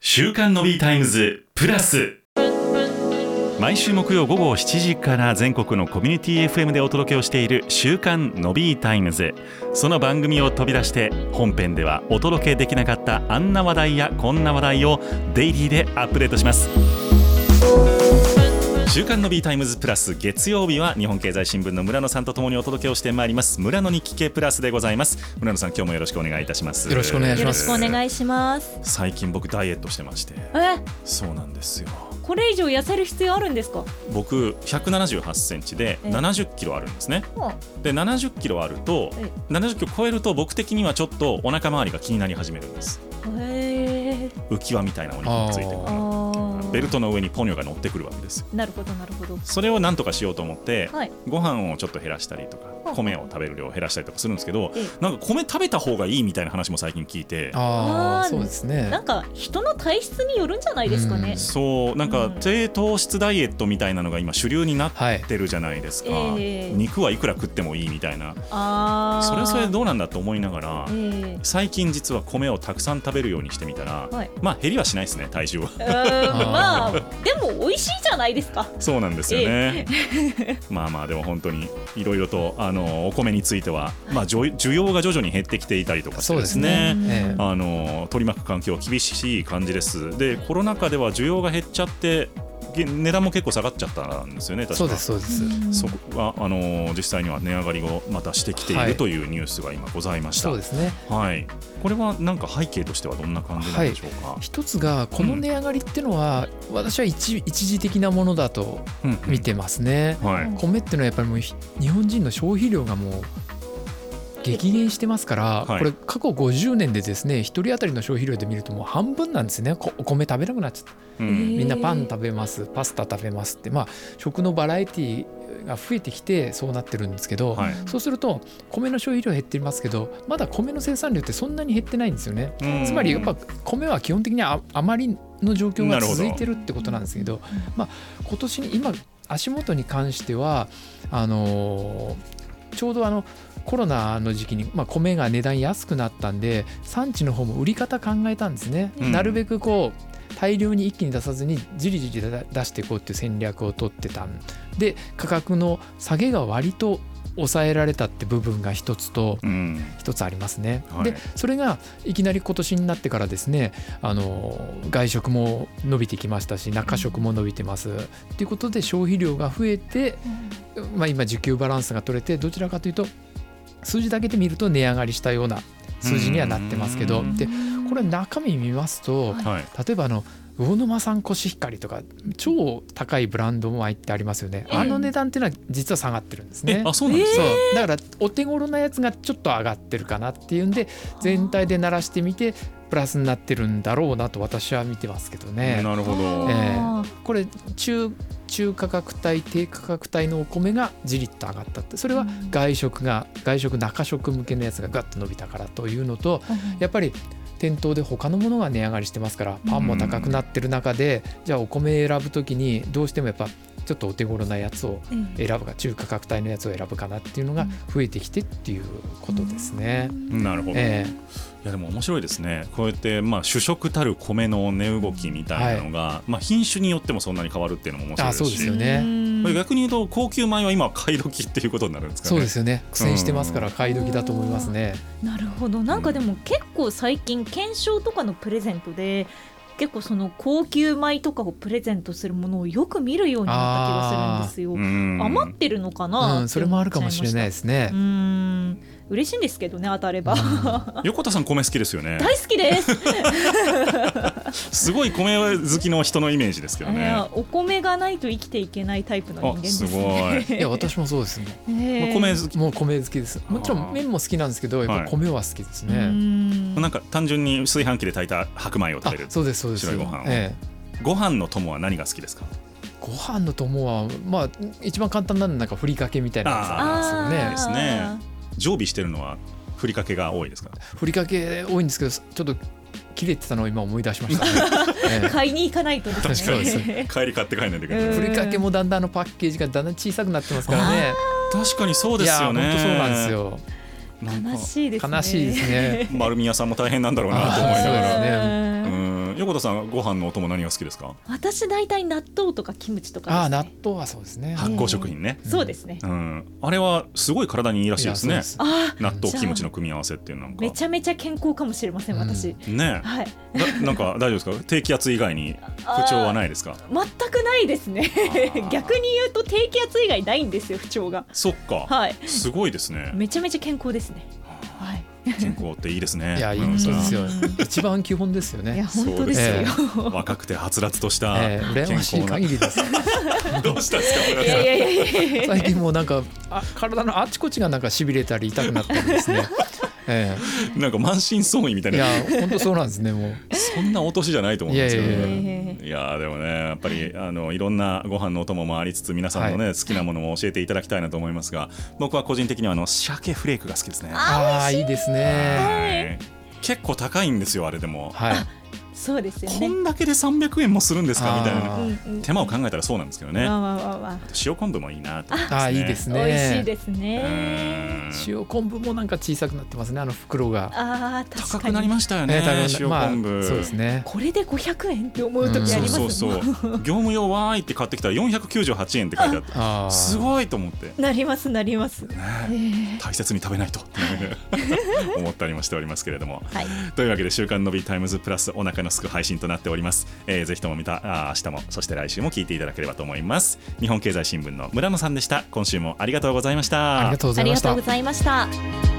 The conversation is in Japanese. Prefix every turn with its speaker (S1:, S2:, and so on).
S1: 週刊のビータイムズプラス毎週木曜午後7時から全国のコミュニティ FM でお届けをしている週刊のビータイムズその番組を飛び出して本編ではお届けできなかったあんな話題やこんな話題をデイリーでアップデートします週刊の B タイムズプラス月曜日は日本経済新聞の村野さんとともにお届けをしてまいります村野に聞けプラスでございます村野さん今日もよろしくお願いいたします
S2: よろしくお願いし
S3: よ
S2: ま
S3: ろ
S2: す
S3: しくお願いします。
S1: 最近僕ダイエットしてまして
S3: え、
S1: そうなんですよ
S3: これ以上痩せる必要あるんですか。
S1: 僕178センチで
S3: ええ
S1: 70キロあるんですね
S3: は
S1: で70キロあると
S3: え
S1: 70キロ超えると僕的にはちょっとお腹周りが気になり始めるんです
S3: え
S1: 浮き輪みたいなお肉がついてくる
S3: あ
S1: の
S3: ー
S1: ベルトの上にポニョが乗ってくるわけですよ
S3: なるほど、なるほど。
S1: それをなんとかしようと思って、
S3: はい。
S1: ご飯をちょっと減らしたりとか
S3: あ
S1: 米を食べる量を減らしたりとかするんですけど
S3: ええ
S1: なんか米食べた方がいいみたいな話も最近聞いて
S2: あ
S3: あ
S2: あ
S3: ー
S2: そうです
S3: な
S2: ね
S3: んか人の体質によるんじゃないですかね。
S1: そうなんか
S3: うん
S1: 低糖質ダイエットみたいなのが今主流になっ
S2: はい
S1: てるじゃないですか、
S3: ええ
S1: 肉はいくら食ってもいいみたいな
S3: ああ。
S1: それはそれでどうなんだと思いながら
S3: え
S1: 最近実は米をたくさん食べるようにしてみたら、
S3: はい
S1: まあ減りはしないですね体重は
S3: えうー
S2: あー
S3: んまあ、でも美味しいじゃないですか。
S1: そうなんですよねまあまあでも本当にいろいろとあのお米については、まあ、じょ需要が徐々に減ってきていたりとかしてです
S2: そうです
S1: ね
S3: うん
S2: ええ
S1: あの取り巻く環境は厳しい感じですでコロナ禍では需要が減っちゃってげ値段も結構下がっちゃったんですよね確か
S2: そうですそうです
S1: そこがあの実際には値上がりをまたしてきてい
S2: は
S1: る
S2: い
S1: というニュースが今ございました、
S2: そう
S1: はい
S2: ですね
S1: これはなんか背景としてはどんな感じなんでしょうか、
S2: 一つがこの値上がりってのは私は一一時的なものだと
S1: うんうん
S2: 見てますね
S1: はい、
S2: 米ってのはやっぱりもうひ日本人の消費量がもう激減してますから、
S1: はい
S2: これ過去50年でですね1人当たりの消費量で見るともう半分なんですねこお米食べなくなっちゃった
S1: うん
S3: へえ
S2: みんなパン食べますパスタ食べますってまあ食のバラエティが増えてきてそうなってるんですけど、
S1: はい
S2: そうすると米の消費量減ってますけどまだ米の生産量ってそんなに減ってないんですよね。
S1: うん
S2: つまりやっぱ米は基本的にああまりの状況が続いてるってことなんですけど
S3: なるほど
S2: まあ、今年に今足元に関してはあのーちょうどあのコロナの時期に、まあ、米が値段安くなったんで産地の方も売り方考えたんですね、
S1: うん
S2: なるべくこう大量に一気に出さずにじりじりだ出していこうっていう戦略を取ってたんで価格の下げが割と抑えられたって部分が一つと、
S1: うん
S2: 一つありますね、
S1: はい
S2: でそれがいきなり今年になってからですねあの外食も伸びてきましたし中食も伸びてますっていうことで消費量が増えて、まあ、今需給バランスが取れてどちらかというと数字だけで見ると値上がりしたような数字にはなってますけ
S1: う
S2: ど
S1: ん
S2: でこれ中身見ますと、
S3: はい
S1: はい
S2: 例えばあの魚沼産コシヒカリとか超高いブランド米ってありますよね、
S1: はい
S2: あの値段っていうのは実は下がってるんですね
S1: え。あそうなんです
S2: そ
S1: か、
S2: うだからお手頃なやつがちょっと上がってるかなっていうんで全体で鳴らしてみてプラスになってるんだろうなと私は見てますけどね
S1: なるほ
S3: あ
S1: ど、
S3: ー
S2: えこれ中中価格帯低価格帯のお米がじりっと上がったってそれは外食が外食中食向けのやつがガッと伸びたからというのとやっぱり店頭で他のものが値上がりしてますからパンも高くなってる中でじゃあお米選ぶ時にどうしてもやっぱちょっとお手頃なやつを
S3: うん
S2: 選ぶか中価格帯のやつを選ぶかなっていうのが増えてきてっていうことですね。
S1: なるほど、
S2: え
S1: いやでも面白いですねこうやってまあ主食たる米の値動きみたいなのが、まあ品種によってもそんなに変わるっていうのも面白いですし
S2: あそうですよね
S3: うん
S1: これ逆に言うと高級米は今は買い時っていうことになるんですか
S2: え
S1: ね
S2: そうですよね苦戦してますから買い時だと思いますね。
S3: なるほどなんかでも結構最近検証とかのプレゼントで結構その高級米とかをプレゼントするものをよく見るようになった気がするんですよ。
S1: うん
S3: 余ってるのか
S2: う
S3: な、
S2: ん、それもあるかもしれない
S3: い。
S2: ですね
S3: う。ん嬉しいんですけどね当たれば。
S1: 横田さん米好きですよね
S3: 大好きです、
S1: すごい米好きの人のイメージですけど
S3: え
S1: ね
S3: ーお米がないと生きていけないタイプの人間
S1: あ
S3: ですす、
S1: ごい、
S2: いや私もそうですね。
S3: え
S1: まあ
S3: ー
S1: 米好き
S2: もう米好きです。もちろん麺も好きなんですけど、やっぱ米は好きです
S3: う
S2: ね。
S3: ん
S1: なんか単純に炊飯器で炊いた白米を
S2: あ
S1: 食べる、
S2: そうですそうです。
S1: 白いご飯を
S2: え
S1: ご飯の友は何が好きですか
S2: え、ご飯の友はまあ一番簡単なのはなんかふりかけみたいなやつなんですよね
S1: ですね常備してるのはふりかけが多いですか
S2: ふりかけ多いんですけど、ちょっと切れてたのを今思い出しました、 ねええ
S3: 買いに行かないとです
S2: 確
S3: ね
S2: か
S1: 帰
S2: に
S1: り買って帰らないといけない、
S3: うん
S2: ふりかけもだんだんあのパッケージがだんだん小さくなってますからね。
S1: 確かにそうで
S2: い
S1: す
S2: や
S1: よ
S2: 本
S1: ね
S2: 当そうなんですよ。
S1: なんか
S3: 悲しいですね
S2: 悲しいですね。
S1: 丸見屋さんも大変なんだろうなと思いな
S2: あーそう
S1: が
S2: で
S1: ら
S2: すね
S3: うん
S1: うんん、横田さんご飯のお供何が好きですか
S3: 私大体納豆とかキムチと
S2: あ
S3: か
S2: あ
S3: です
S2: 納
S3: ね
S2: 豆はそうですね。
S1: 発酵食品ね、
S3: そうですね
S1: うん、あれはすごい体にいいらしいですね
S2: やそう
S3: ああ
S1: 納豆キムチの組み合わせっていうなんか
S3: めちゃめちゃ健康かもしれません私
S1: ね
S3: はい
S1: えだなんか大丈夫ですか低気圧以外に不調はないですか
S3: 全くないですね
S1: ー
S3: 逆に言うと低気圧以外ないんですよ不調が
S1: そっか
S3: はい
S1: すごいですね
S3: めちゃめちゃ健康ですねはい
S1: 健康っていいですね
S2: いやいい
S1: うん
S2: ことですよ
S3: うん。
S2: 一番基本ですよ
S3: いや
S2: ね。
S3: 本当ですよ、
S1: 若くてはつらつとした
S2: ええ羨
S1: 健
S2: まし
S1: 康
S2: い
S1: な、
S2: 限りです。
S1: どうしたんですか村田さん
S3: いやいやいやいやいや
S2: 最近もうなんかあ体のあちこちがなんか痺れたり痛くなったりですね。え
S1: なんか満身創痍みたい
S2: えい
S1: な
S2: や本当そうなんですねもう。
S1: そんな落としじゃないと思うんですけど
S2: いやいや
S1: ね。いやーでもねやっぱりあのいろんなご飯のお供もありつつ皆さんのね、好きなものも教えていただきたいなと思いますが僕は個人的にはあの鮭フレークが好きですね。
S2: ああいいですね。
S1: はい結構高いんですよあれでも、
S2: はい。
S3: そうですよ
S1: こ
S3: ね
S1: んだけで300円もするんですかみたいな
S2: あ
S3: うん
S2: ー
S3: うん
S1: 手間を考えたらそうなんですけどね
S3: わあわあわあわあ
S1: 塩昆布もいいなと思いますね。
S2: あーいいですね。
S3: 美味しいですね
S1: うん
S2: 塩昆布もなんか小さくなってますねあの袋が。
S3: あー
S1: 高
S3: 確
S1: く
S3: か
S1: なり
S3: に
S1: ましたよね、
S2: 食べ
S1: 塩
S2: 物まあ
S1: 昆布、
S2: そうですね。
S3: これで500円って思う時あり
S1: そう
S3: ます
S1: そ
S3: も
S1: うんそう業務用わーいって買ってきたら498円って書いてあって
S2: ああ。
S1: すごいと思って、ね、
S3: なりますなります、
S1: 大切に食べないと 思ったりもしておりますけれども
S3: はい
S1: というわけで「週刊のびタイムズプラスお腹のすく配信となっております、えーぜひとも見たあー明日もそして来週も聞いていただければと思います日本経済新聞の村野さんでした今週もありがとうございました
S2: ありがとうござ
S3: あ
S2: い
S3: り
S2: ま
S3: が
S2: し
S3: とう
S2: た
S3: ご。ざいました